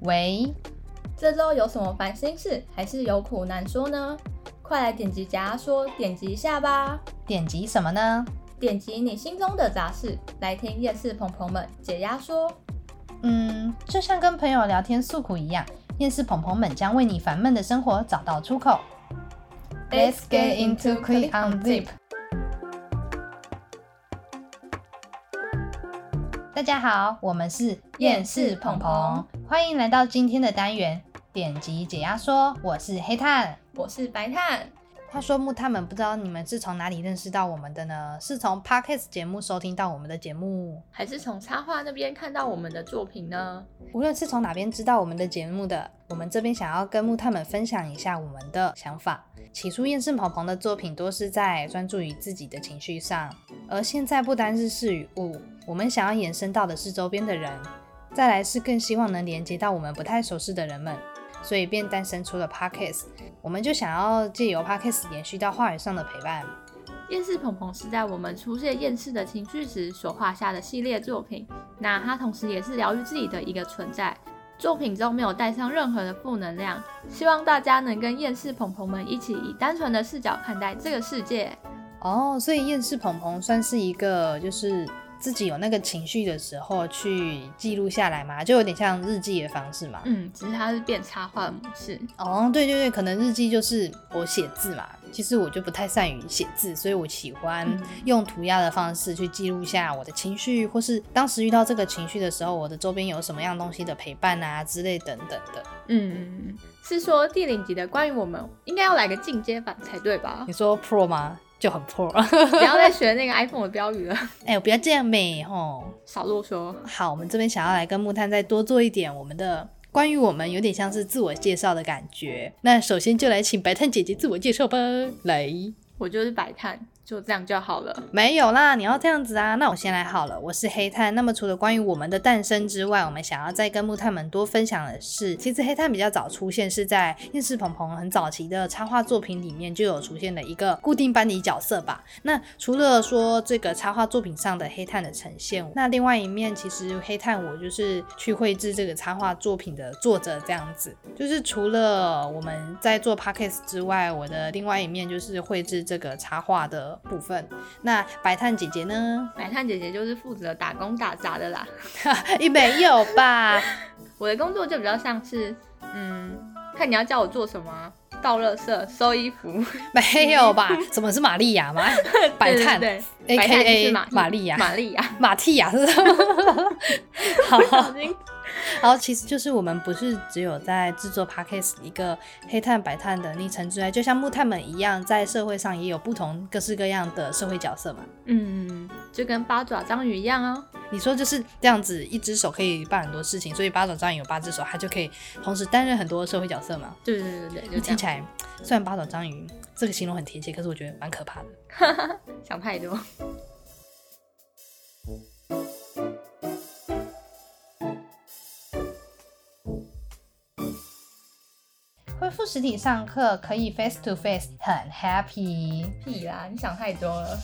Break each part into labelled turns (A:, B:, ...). A: 喂，
B: 这周有什么烦心事，还是有苦难说呢？快来点击假说，点击一下吧！
A: 点击什么呢？
B: 点击你心中的杂事，来听夜市朋朋们解压说。
A: 嗯，就像跟朋友聊天诉苦一样，厌世朋朋们将为你烦闷的生活找到出口。Let's get into quick unzip。大家好，我们是
B: 厌世朋朋，
A: 欢迎来到今天的单元点击解压说，我是黑炭。
B: 我是白炭，
A: 话说木炭们，不知道你们是从哪里认识到我们的呢？是从 podcast 节目收听到我们的节目，
B: 还是从插画那边看到我们的作品呢？
A: 无论是从哪边知道我们的节目的，我们这边想要跟木炭们分享一下我们的想法。起初，厌世鹏鹏的作品多是在专注于自己的情绪上，而现在不单是事与物，我们想要延伸到的是周边的人，再来是更希望能连接到我们不太熟识的人们，所以便诞生出了 podcast。我们就想要借由 podcast 延续到话语上的陪伴。
B: 厌世蓬蓬是在我们出现厌世的情绪时所画下的系列作品，那它同时也是疗愈自己的一个存在。作品中没有带上任何的负能量，希望大家能跟厌世蓬蓬们一起以单纯的视角看待这个世界。
A: 哦，所以厌世鹏鹏算是一个，就是自己有那个情绪的时候去记录下来嘛，就有点像日记的方式嘛。
B: 嗯，只是它是变插画的模式。
A: 哦，对对对，可能日记就是我写字嘛。其实我就不太善于写字，所以我喜欢
B: 嗯
A: 用涂鸦的方式去记录下我的情绪，或是当时遇到这个情绪的时候，我的周边有什么样东西的陪伴啊之类等等的。
B: 嗯，是说第零集的关于我们应该要来个进阶版才对 吧
A: 你？说 pro 吗？就很 pro。
B: 不要再学那个 iPhone 的标语了，
A: 哎、我不要这样美吼。
B: 少啰嗦。
A: 好，我们这边想要来跟木炭再多做一点我们的关于我们有点像是自我介绍的感觉。那首先就来请白炭姐姐自我介绍吧。来，
B: 我就是摆炭，就这样就好了。
A: 没有啦，你要这样子啊。那我先来好了，我是黑炭。那么除了关于我们的诞生之外，我们想要再跟木炭们多分享的是，其实黑炭比较早出现是在厌世鹏鹏很早期的插画作品里面就有出现的一个固定班底角色吧。那除了说这个插画作品上的黑炭的呈现，那另外一面其实黑炭我就是去绘制这个插画作品的作者这样子，就是除了我们在做 podcast 之外，我的另外一面就是绘制这个插画的部分。那白炭姐姐呢？
B: 摆炭姐姐就是负责打工打杂的啦。
A: 也没有 吧？
B: 我的工作就比较像是，嗯，看你要叫我做什么啊、倒垃圾、收衣服，
A: 没有吧？怎么是玛利 亚吗？白炭
B: 对
A: ，A
B: 对对，摆炭就
A: K
B: 是
A: A
B: 玛
A: 玛利亚，
B: 玛丽亚，
A: 马蒂亚是什么？ 好
B: 不。小 心
A: 然后其实就是我们不是只有在制作 podcast 一个黑炭白炭的昵称之外，就像木炭们一样，在社会上也有不同各式各样的社会角色嘛。
B: 嗯，就跟八爪章鱼一样哦。
A: 你说就是这样子，一只手可以办很多事情，所以八爪章鱼有八只手，它就可以同时担任很多社会角色嘛。
B: 对对对对，就这
A: 听
B: 样
A: 起。来，虽然八爪章鱼这个形容很贴切，可是我觉得蛮可怕的。
B: 想太多。
A: 恢复实体上课可以 face to face，很 happy。
B: 屁啦，你想太多了。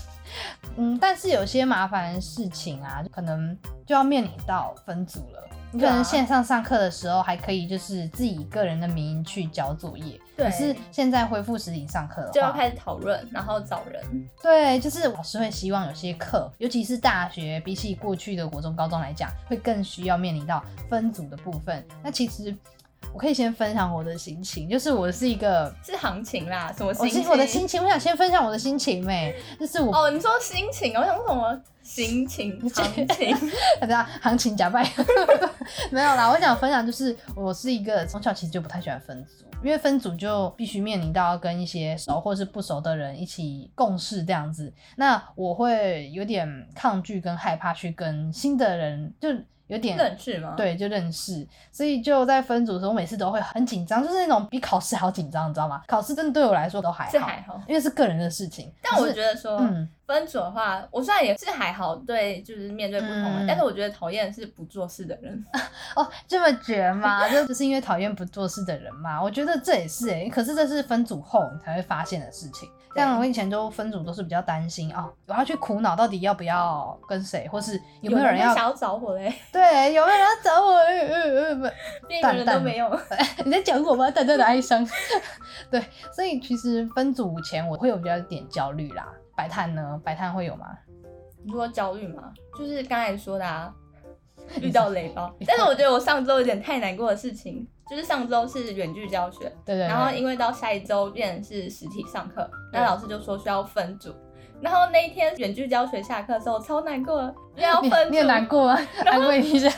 A: 嗯，但是有些麻烦的事情啊，可能就要面临到分组了。你可
B: 对啊
A: 能线上上课的时候还可以，就是自己以个人的名义去交作业。
B: 对
A: 可是现在恢复实体上课的话，
B: 就要开始讨论，然后找人。
A: 对，就是老师会希望有些课，尤其是大学，比起过去的国中、高中来讲，会更需要面临到分组的部分。那其实我可以先分享我的心情，就是我是一个，
B: 是行情啦，什么
A: 我
B: 心
A: 哦是
B: 情？
A: 我的心情，我想先分享我的心情呗、就是我
B: 哦，你说心情，我想说什么心情？行情
A: 大家行情假拜，没有啦。我想分享就是，我是一个从小其实就不太喜欢分组，因为分组就必须面临到要跟一些熟或是不熟的人一起共事这样子。那我会有点抗拒跟害怕去跟新的人，就有点
B: 认识吗？，
A: 对，就认识，所以就在分组的时候，我每次都会很紧张，就是那种比考试还要紧张，你知道吗？考试真的对我来说都还
B: 是
A: 好，
B: 还好。
A: 因为是个人的事情。
B: 但
A: 可
B: 我
A: 是
B: 觉得说，
A: 嗯，
B: 分组的话，我虽然也是还好，对，就是面对不同人，
A: 嗯
B: 但是我觉得讨厌的是不做事的人。
A: 哦，这么绝 吗？这就是因欸为讨厌不做事的人嘛？我觉得这也是诶、可是这是分组后你才会发现的事情。
C: 对
A: 像我以前就分组都是比较担心哦，我要去苦恼到底要不要跟谁，或是 有没有人要
B: 想要找我 嘞？
A: 对有没有人要找我？嗯嗯嗯嗯，
B: 一个
A: 淡
B: 人都
A: 淡
B: 没有。
A: 你在讲我吗？淡淡的哀伤。 对，所以其实分组前我会有比较点焦虑啦。白炭呢？白炭会有吗？
B: 你说焦虑吗？就是刚才说 的啊，遇到雷包。但是我觉得我上周有点太难过的事情，就是上周是远距教学，
A: 对对对。
B: 然后因为到下一周变成是实体上课，
A: 对
B: 那老师就说需要分组。然后那一天远距教学下课的时候，我超难过的，因为要
A: 你
B: 分组，
A: 你很难 过吗？安慰一下。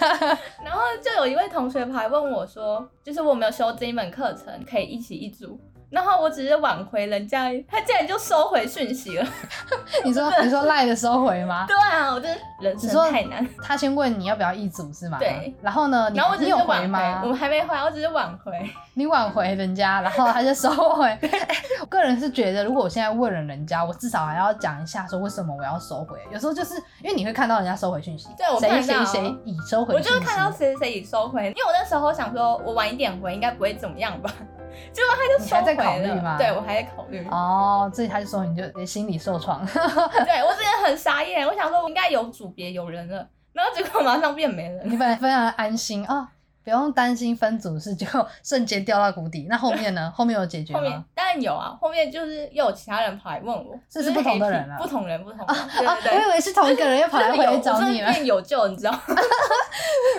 B: 然后就有一位同学跑来问我说，就是我没有修这一门课程，可以一起一组。然后我只是挽回人家，他竟然就收回讯息了。
A: 你说你说赖的收回吗？
B: 对啊，我就是人
A: 你说
B: 生太难。
A: 他先问你要不要一组是吗？
B: 对。
A: 然后呢？啊你
B: 然后我只
A: 你
B: 是
A: 有
B: 挽
A: 回
B: 回，
A: 吗
B: 我？们还没回，我只是挽回。
A: 你挽回人家，然后他就收回。 哎我个人是觉得，如果我现在问了人家，我至少还要讲一下说为什么我要收回。有时候就是因为你会看到人家收回讯息，
B: 对我
A: 谁
B: 看
A: 谁
B: 到
A: 谁已收回
B: 我
A: 讯息，
B: 就是看到谁谁已收回，因为我那时候想说，我晚一点回应该不会怎么样吧， 结果他就收
A: 你还在考虑
B: 回
A: 吗
B: 了。对，我还在考虑。
A: 哦，这他就说你就你心里受创，
B: 对我真的很傻眼，我想说我应该有组别有人了，然后结果马上变没人。
A: 你本来非常安心啊、哦不用担心分组是就瞬间掉到谷底。那后面呢？后面有解决
B: 后面
A: 吗？
B: 当然有啊，后面就是又有其他人跑来问我，
A: 这
B: 就是是
A: 不同的
B: 黑
A: 人
B: 皮
A: 啊
B: 不同人，不同
A: 啊
B: 人，对
A: 啊！
B: 对
A: 我
B: 对。
A: 以为是同一个人又跑来回
B: 真的有
A: 来找你啊
B: 我真
A: 了
B: 的，变有救，你知道吗？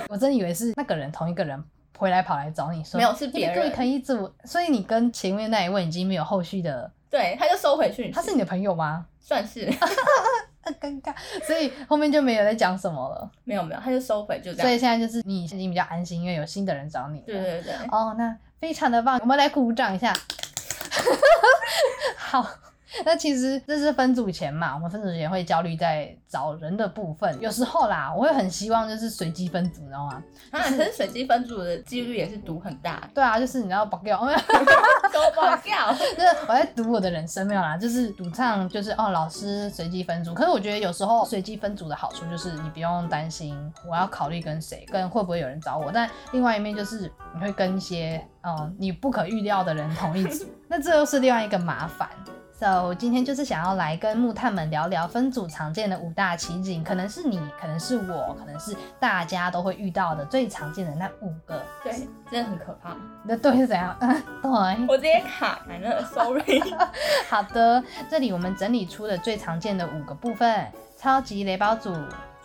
A: 我真的以为是那个人同一个人回来跑来找你说，
B: 没有是
A: 你
B: 别
A: 们可以
B: 人
A: 可以一组，所以你跟前面那一位已经没有后续的，
B: 对，他就收回讯息，
A: 他是你的朋友吗？
B: 算是
A: 很尴尬，所以后面就没有再讲什么了。
B: 没有没有，他就收回，就这
A: 所
B: 样。
A: 以现在就是你已经比较安心，因为有新的人找你了。
B: 对对对，
A: 哦，那非常的棒，我们来鼓掌一下。 好，那其实这是分组前嘛，我们分组前会焦虑在找人的部分，有时候啦，我会很希望就是随机分组，你知道吗？
B: 啊，可是水机分组的几率也是赌很大，
A: 对啊，就是你知道保 掉，
B: 都爆掉。
A: 就是我在赌我的人生没有啦，就是赌唱，就是哦，老师随机分组。可是我觉得有时候随机分组的好处就是你不用担心我要考虑跟谁，跟会不会有人找我。但另外一面就是你会跟一些嗯你不可预料的人同一组，那这又是另外一个麻烦。So，今天就是想要来跟木炭们聊聊分组常见的五大奇景，可能是你，可能是我，可能是大家都会遇到的最常见的那五个。
B: 对，真的很可怕。
A: 你的对是怎样？ 对。
B: 我直接卡完了，sorry。
A: 好的，这里我们整理出了最常见的五个部分：超级雷包组、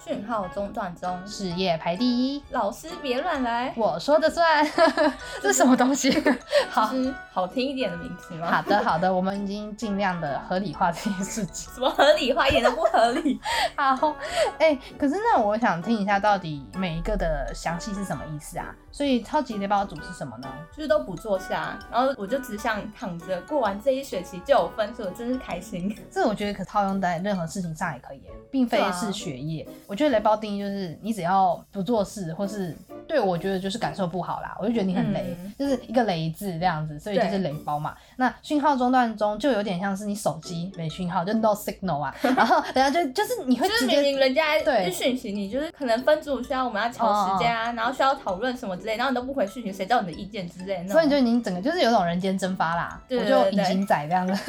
B: 讯号中断中，
A: 事业排第一，
B: 老师别乱来，
A: 我说的算， 这什么东西？ 好
B: 就是好听一点的名词吗？
A: 好的，好的，我们已经尽量的合理化这件事情。
B: 什么合理化一点都不合理。
A: 好，哎、可是那我想听一下，到底每一个的详细是什么意思啊？所以超级雷包组是什么呢？
B: 就是都不坐下，然后我就只想躺着过完这一学期就有分数，真是开心。
A: 这我觉得可套用在任何事情上也可以耶，并非
B: 对啊
A: 是学业。我觉得雷包定义就是你只要不做事，或是对我觉得就是感受不好啦，我就觉得你很雷，
B: 嗯
A: 就是一个雷字这样子，所以就
B: 对
A: 是雷包嘛。那讯号中断中就有点像是你手机没讯号，就 no signal 啊，然后等下就就是你会
B: 就
A: 直
B: 是
A: 接
B: 明明人家
A: 对
B: 去讯息你，就是可能分组需要我们要调时间啊，然后需要讨论什么之类，然后你都不回讯息，谁知道你的意见之类的那种。
A: 所以你就已经整个就是有种人间蒸发啦，
B: 对
A: 我就
B: 对
A: 已
B: 对
A: 经仔这样子。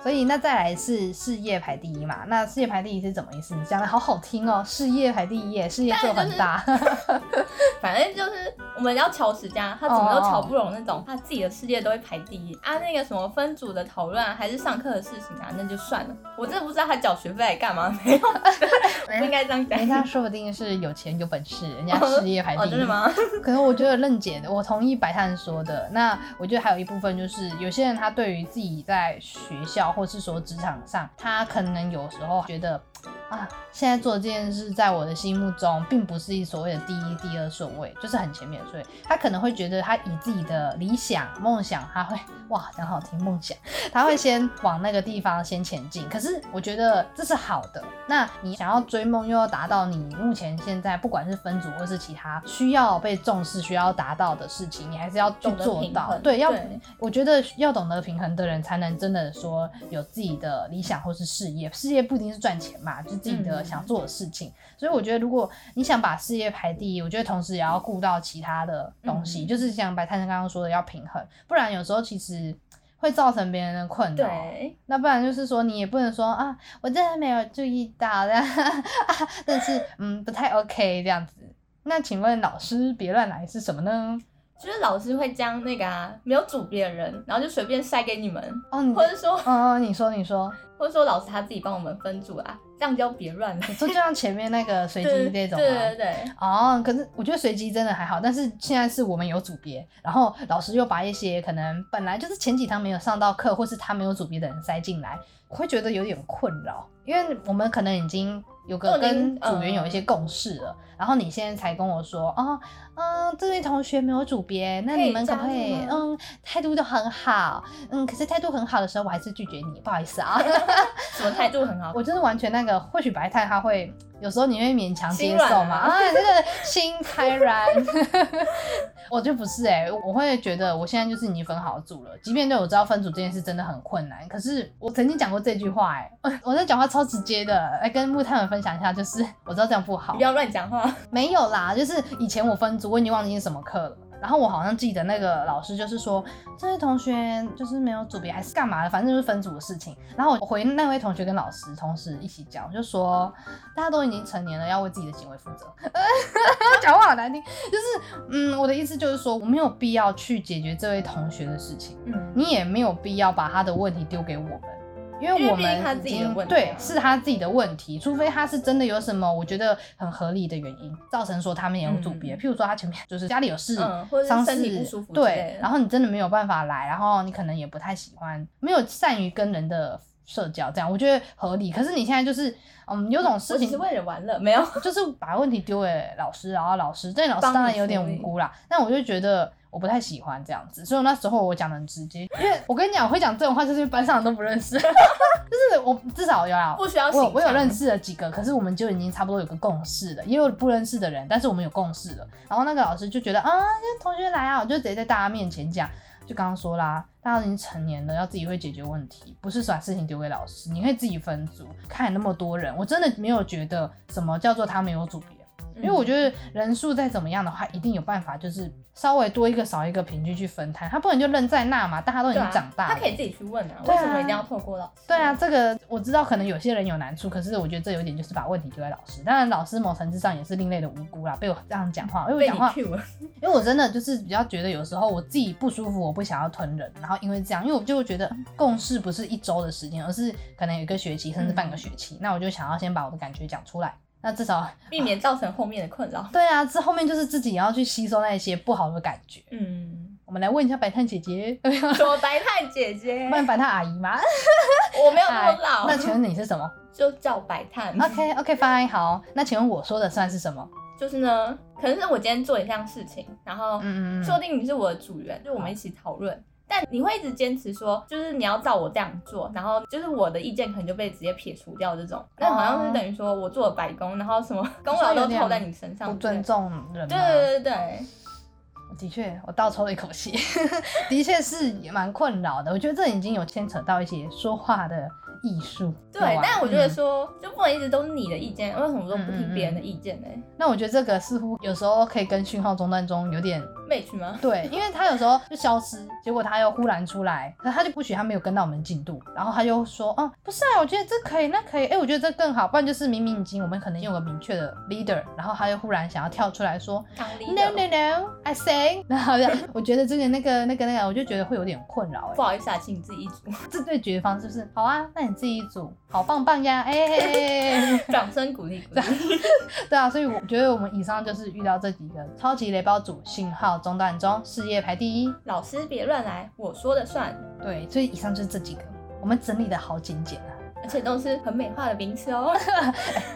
A: 所以那再来是事业排第一嘛？那事业排第一是怎么意思？你讲的好好听哦，事业排第一耶，事业做很大。
B: 反正就是我们要瞧时间，他怎么都瞧不拢那种，他自己的世界都会排第一啊。那个什么分组的讨论啊，还是上课的事情啊，那就算了。我真的不知道他缴学费来干嘛，没有，不应该这样 讲
A: 人。家说不定是有钱有本事，人家事业排第一。
B: 哦，真的？吗？
A: 可能我觉得任姐的，我同意白炭说的。那我觉得还有一部分就是，有些人他对于自己在学校或是说职场上，他可能有时候觉得啊，现在做的这件事在我的心目中并不是所谓的第一、第二顺位，就是很前面的顺位。他可能会觉得他以自己的理想、梦想，他会哇讲好听梦想，他会先往那个地方先前进。可是我觉得这是好的。那你想要追梦，又要达到你目前现在不管是分组或是其他需要被重视、需要达到的事情，你还是要去
B: 懂得
A: 做
B: 平
A: 到。
B: 衡
A: 对，要
B: 对
A: 我觉得要懂得平衡的人，才能真的说有自己的理想或是事业。事业不一定是赚钱嘛，就是自己的
B: 嗯
A: 想做的事情。所以我觉得，如果你想把事业排第一，我觉得同时也要顾到其他的东西，
B: 嗯
A: 就是像白太生刚刚说的要平衡，不然有时候其实。会造成别人的困扰。
B: 对，
A: 那不然就是说，你也不能说啊，我真的没有注意到的啊， 但是嗯，不太 OK 这样子。那请问老师，别乱来是什么呢？
B: 就是老师会将那个啊没有组别人，然后就随便晒给你们，
A: 哦，你
B: 或者说
A: 嗯嗯，你说你说，
B: 或者说老师他自己帮我们分组啊，这样就别乱来。
A: 你说就像前面那个随机
B: 对
A: 那种
B: 对
A: 吗
B: 对对，
A: 哦，可是我觉得随机真的还好，但是现在是我们有组别，然后老师又把一些可能本来就是前几堂没有上到课，或是他没有组别的人塞进来，我会觉得有点困扰，因为我们可能已经有个
B: 都已
A: 跟
B: 经
A: 组员有一些共识了，然后你现在才跟我说，哦，嗯，这位同学没有组别，那
B: 可以
A: 你们可不
B: 加
A: 可
B: 入
A: 以，
B: 吗
A: 嗯，态度都很好，嗯，可是态度很好的时候，我还是拒绝你，不好意思啊。
B: 什么态度很好？
A: 我就是完全那个，或许白菜他会有时候你会勉强接
B: 心
A: 受
B: 软
A: 嘛，
B: 啊
A: 啊，这个心开然。 我就不是哎、我会觉得我现在就是已经分好组了，即便对我知道分组这件事真的很困难，可是我曾经讲过这句话哎、我在讲话超直接的，来跟木炭们分享一下，就是我知道这样不好
B: 不，要乱讲话。
A: 没有啦，就是以前我分组，我已经忘记是什么课了。然后我好像记得那个老师就是说，这位同学就是没有组别还是干嘛的，反正就是分组的事情。然后我回那位同学跟老师同时一起讲，我就说大家都已经成年了，要为自己的行为负责。 讲话好难听，就是嗯，我的意思就是说，我没有必要去解决这位同学的事情，
B: 嗯，
A: 你也没有必要把他的问题丢给我们，因为
B: 因为
A: 我
B: 毕竟他
A: 们
B: 自
A: 已
B: 己的
A: 经
B: 问题啊
A: 对是他自己的问题，除非他是真的有什么我觉得很合理的原因造成说他没有组别，
B: 嗯
A: 譬如说他前面就是家里有事，
B: 嗯或者是
A: 伤
B: 身体
A: 势
B: 不舒服之类
A: 对
B: 的，
A: 然后你真的没有办法来，然后你可能也不太喜欢，没有善于跟人的社交，这样我觉得合理。可是你现在就是嗯，有种
B: 我
A: 事
B: 只
A: 情
B: 是为了玩乐，没有。
A: 就是把问题丢给老师，然后老师对老师
B: 帮你
A: 当然有点
B: 处
A: 无
B: 理
A: 辜啦，但我就觉得我不太喜欢这样子，所以那时候我讲的很直接，因为我跟你讲，我会讲这种话就是因为班上人都不认识， 就是我至少有啦。
B: 不需要
A: 我有
B: 形
A: 我有
B: 象
A: 认识了几个，可是我们就已经差不多有个共识了，也有不认识的人，但是我们有共识了。然后那个老师就觉得啊，那同学来啊，我就直接在大家面前讲，就刚刚说啦，大家都已经成年了，要自己会解决问题，不是把事情丢给老师，你可以自己分组。看那么多人，我真的没有觉得什么叫做他没有组别，
B: 嗯
A: 因为我觉得人数再怎么样的话，一定有办法，就是稍微多一个少一个平均去分摊，他不能就愣在那嘛，大家都已
B: 对
A: 经
B: 啊
A: 长大了。
B: 他可以自己去问啊，
A: 对
B: 为
A: 啊
B: 什么一定要透过老师？
A: 对啊，，这个我知道，可能有些人有难处，可是我觉得这有点就是把问题丢在老师。当然，老师某层次上也是另类的无辜啦，被我这样讲话，因为我
B: 嗯被
A: 讲
B: 你
A: 话
B: Q 了。
A: 因为我真的就是比较觉得有时候我自己不舒服，我不想要吞人，然后因为这样，因为我就会觉得嗯共事不是一周的时间，而是可能有一个学期甚至半
B: 嗯
A: 个学期，那我就想要先把我的感觉讲出来，那至少
B: 避免造成后面的困扰。
A: 对啊，这后面就是自己也要去吸收那些不好的感觉。
B: 嗯，
A: 我们来问一下白炭姐姐， 有没有
B: 什么白炭姐姐，
A: 问白炭阿姨吗？
B: 我没有那么老，
A: 那请问你是什么
B: 就叫白炭。
A: ？OK OK fine 好，那请问我说的算是什么？
B: 就是呢，可能是我今天做一项事情，然后
A: 嗯嗯嗯
B: 说不定你是我的组员，就我们一起讨论。但你会一直坚持说，就是你要照我这样做，然后就是我的意见可能就被直接撇除掉这种，那好像是等于说我做了白工，然后什么
A: 哦
B: 功劳都扣在你身上，
A: 不尊
B: 对
A: 重啊人吗？
B: 对对对
A: 的确，我倒抽了一口气， 的确是也蛮困扰的。我觉得这已经有牵扯到一些说话的艺术。
B: 对
A: 有
B: 对
A: 啊，
B: 但我觉得
A: 嗯
B: 说就不能一直都是你的意见，为什么都不听别人的意见呢
A: 嗯那我觉得这个似乎有时候可以跟讯号中断中有点
B: ？match 吗？
A: 对，因为他有时候就消失，结果他又忽然出来，可他就不许他没有跟到我们进度，然后他就说，嗯，不是啊，我觉得这可以，那可以，哎，我觉得这更好，不然就是明明已经我们可能有个明确的 leader，然后他又忽然想要跳出来说。
B: 当
A: No no
B: leader
A: no, I say，然后这样我觉得这个那个那个那个，我就觉得会有点困扰哎
B: 不。好意思啊，请你自己一组，
A: 这对决方式是好啊，那你自己组，好棒棒呀，哎、
B: 掌声鼓励鼓励。
A: 对啊，所以我觉得我们以上就是遇到这几个超级雷包组，信号中断中，事业排第一。
B: 老师别乱来，我说了算，
A: 对，所以以上就是这几个，我们整理的好简简啊。
B: 而且都是很美化的名词哦。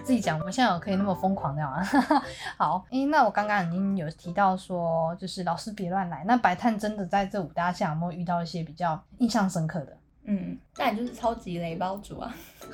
A: 自己讲，我们现在有可以那么疯狂这样啊？ 好，诶、那我刚刚已经有提到说，就是老师别乱来。那白炭真的在这五大项有没有遇到一些比较印象深刻的？
B: 嗯，那你就是超级雷包组啊！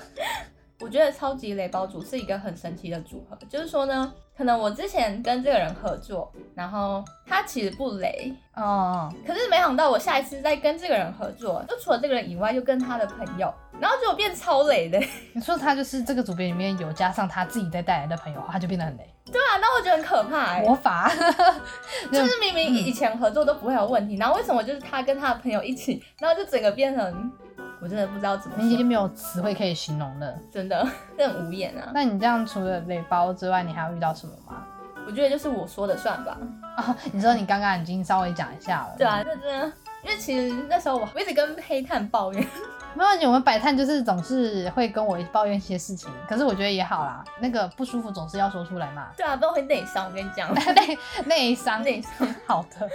B: 我觉得超级雷包组是一个很神奇的组合，就是说呢，可能我之前跟这个人合作，然后他其实不雷，
A: 哦，
B: 可是没想到我下一次再跟这个人合作，就除了这个人以外，又跟他的朋友，然后结果变超雷的。 啊
A: 你说他就是这个组别里面有加上他自己再带来的朋友，他就变得很雷。
B: 对啊，那我觉得很可怕、欸。
A: 魔 法，
B: 就是明明以前合作都不会有问题，然后为什么就是他跟他的朋友一起，然后就整个变成，我真的不知道怎么
A: 你已经
B: 说，
A: 没有词汇可以形容了。
B: 真的 真的很无言啊。
A: 那你这样除了雷包之外，你还有遇到什么吗？
B: 我觉得就是我说的算吧。
A: 啊，你说你刚刚已经稍微讲一下了，
B: 对啊，那真的，因为其实那时候我我一直跟黑炭抱怨，。
A: 没有，我们摆摊就是总是会跟我抱怨一些事情，可是我觉得也好啦，那个不舒服总是要说出来嘛
B: 对啊，不然会内伤。我跟你讲，
A: 内内伤，
B: 内伤。
A: 好的。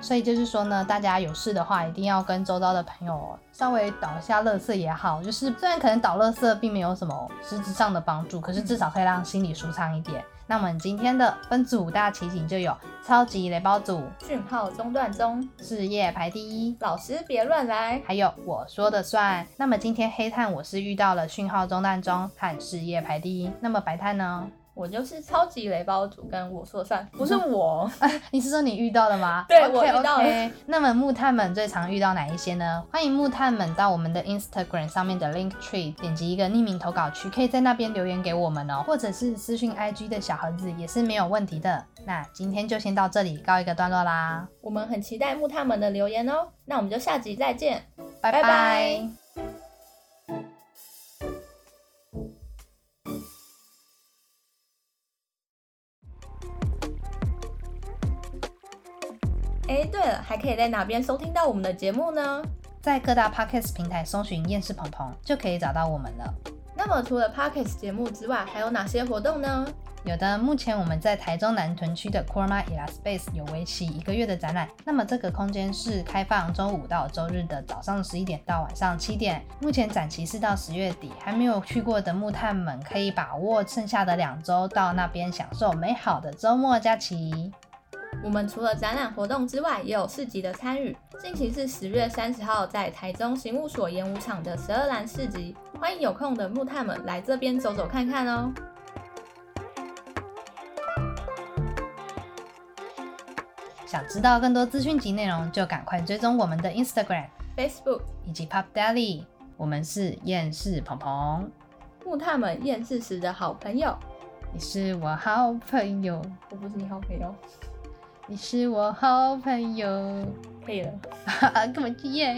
A: 所以就是说呢，大家有事的话，一定要跟周遭的朋友稍微倒一下垃圾也好，就是虽然可能倒垃圾并没有什么实质上的帮助，可是至少可以让心里舒畅一点。那我们今天的分组五大奇景就有超级雷包组、
B: 讯号中断中，
A: 事业排第一，
B: 老师别乱来。
A: 还有我说的算。那么今天黑炭我是遇到了讯号中断中和事业排第一，那么白炭呢？
B: 我就是超级雷包组，跟我说了算，不是我。
A: 你是说你遇到的吗？
B: 对
A: OK，
B: 我遇到了
A: OK 那么木炭们最常遇到哪一些呢？欢迎木炭们到我们的 Instagram 上面的 Link Tree 点击一个匿名投稿区，可以在那边留言给我们哦，或者是私讯 IG 的小盒子也是没有问题的。那今天就先到这里，告一个段落啦，
B: 我们很期待木炭们的留言哦。那我们就下集再见。
A: 拜
B: 拜拜哎，对了，还可以在哪边收听到我们的节目呢？
A: 在各大 Podcast 平台搜寻“厌世鹏鹏”就可以找到我们了。
B: 那么除了 Podcast 节目之外，还有哪些活动呢？
A: 有的，目前我们在台中南屯区的 Kurma Ila Space 有为期一个月的展览。那么这个空间是开放周五到周日的早上十一点到晚上七点，目前展期是到十月底，还没有去过的木炭们可以把握剩下的两周到那边享受美好的周末假期。
B: 我们除了展览活动之外，也有市集的参与。近期是十月三十号在台中刑务所演武场的十二兰市集，欢迎有空的木炭们来这边走走看看哦。
A: 想知道更多资讯及内容，就赶快追踪我们的 Instagram
B: Facebook
A: 以及 Pop Daily。我们是厌世鹏鹏，
B: 木炭们厌世时的好朋友，
A: 你是我好朋友，
B: 我不是你好朋友，
A: 你是我好朋友。
B: 可以了。
A: 啊，干嘛这样？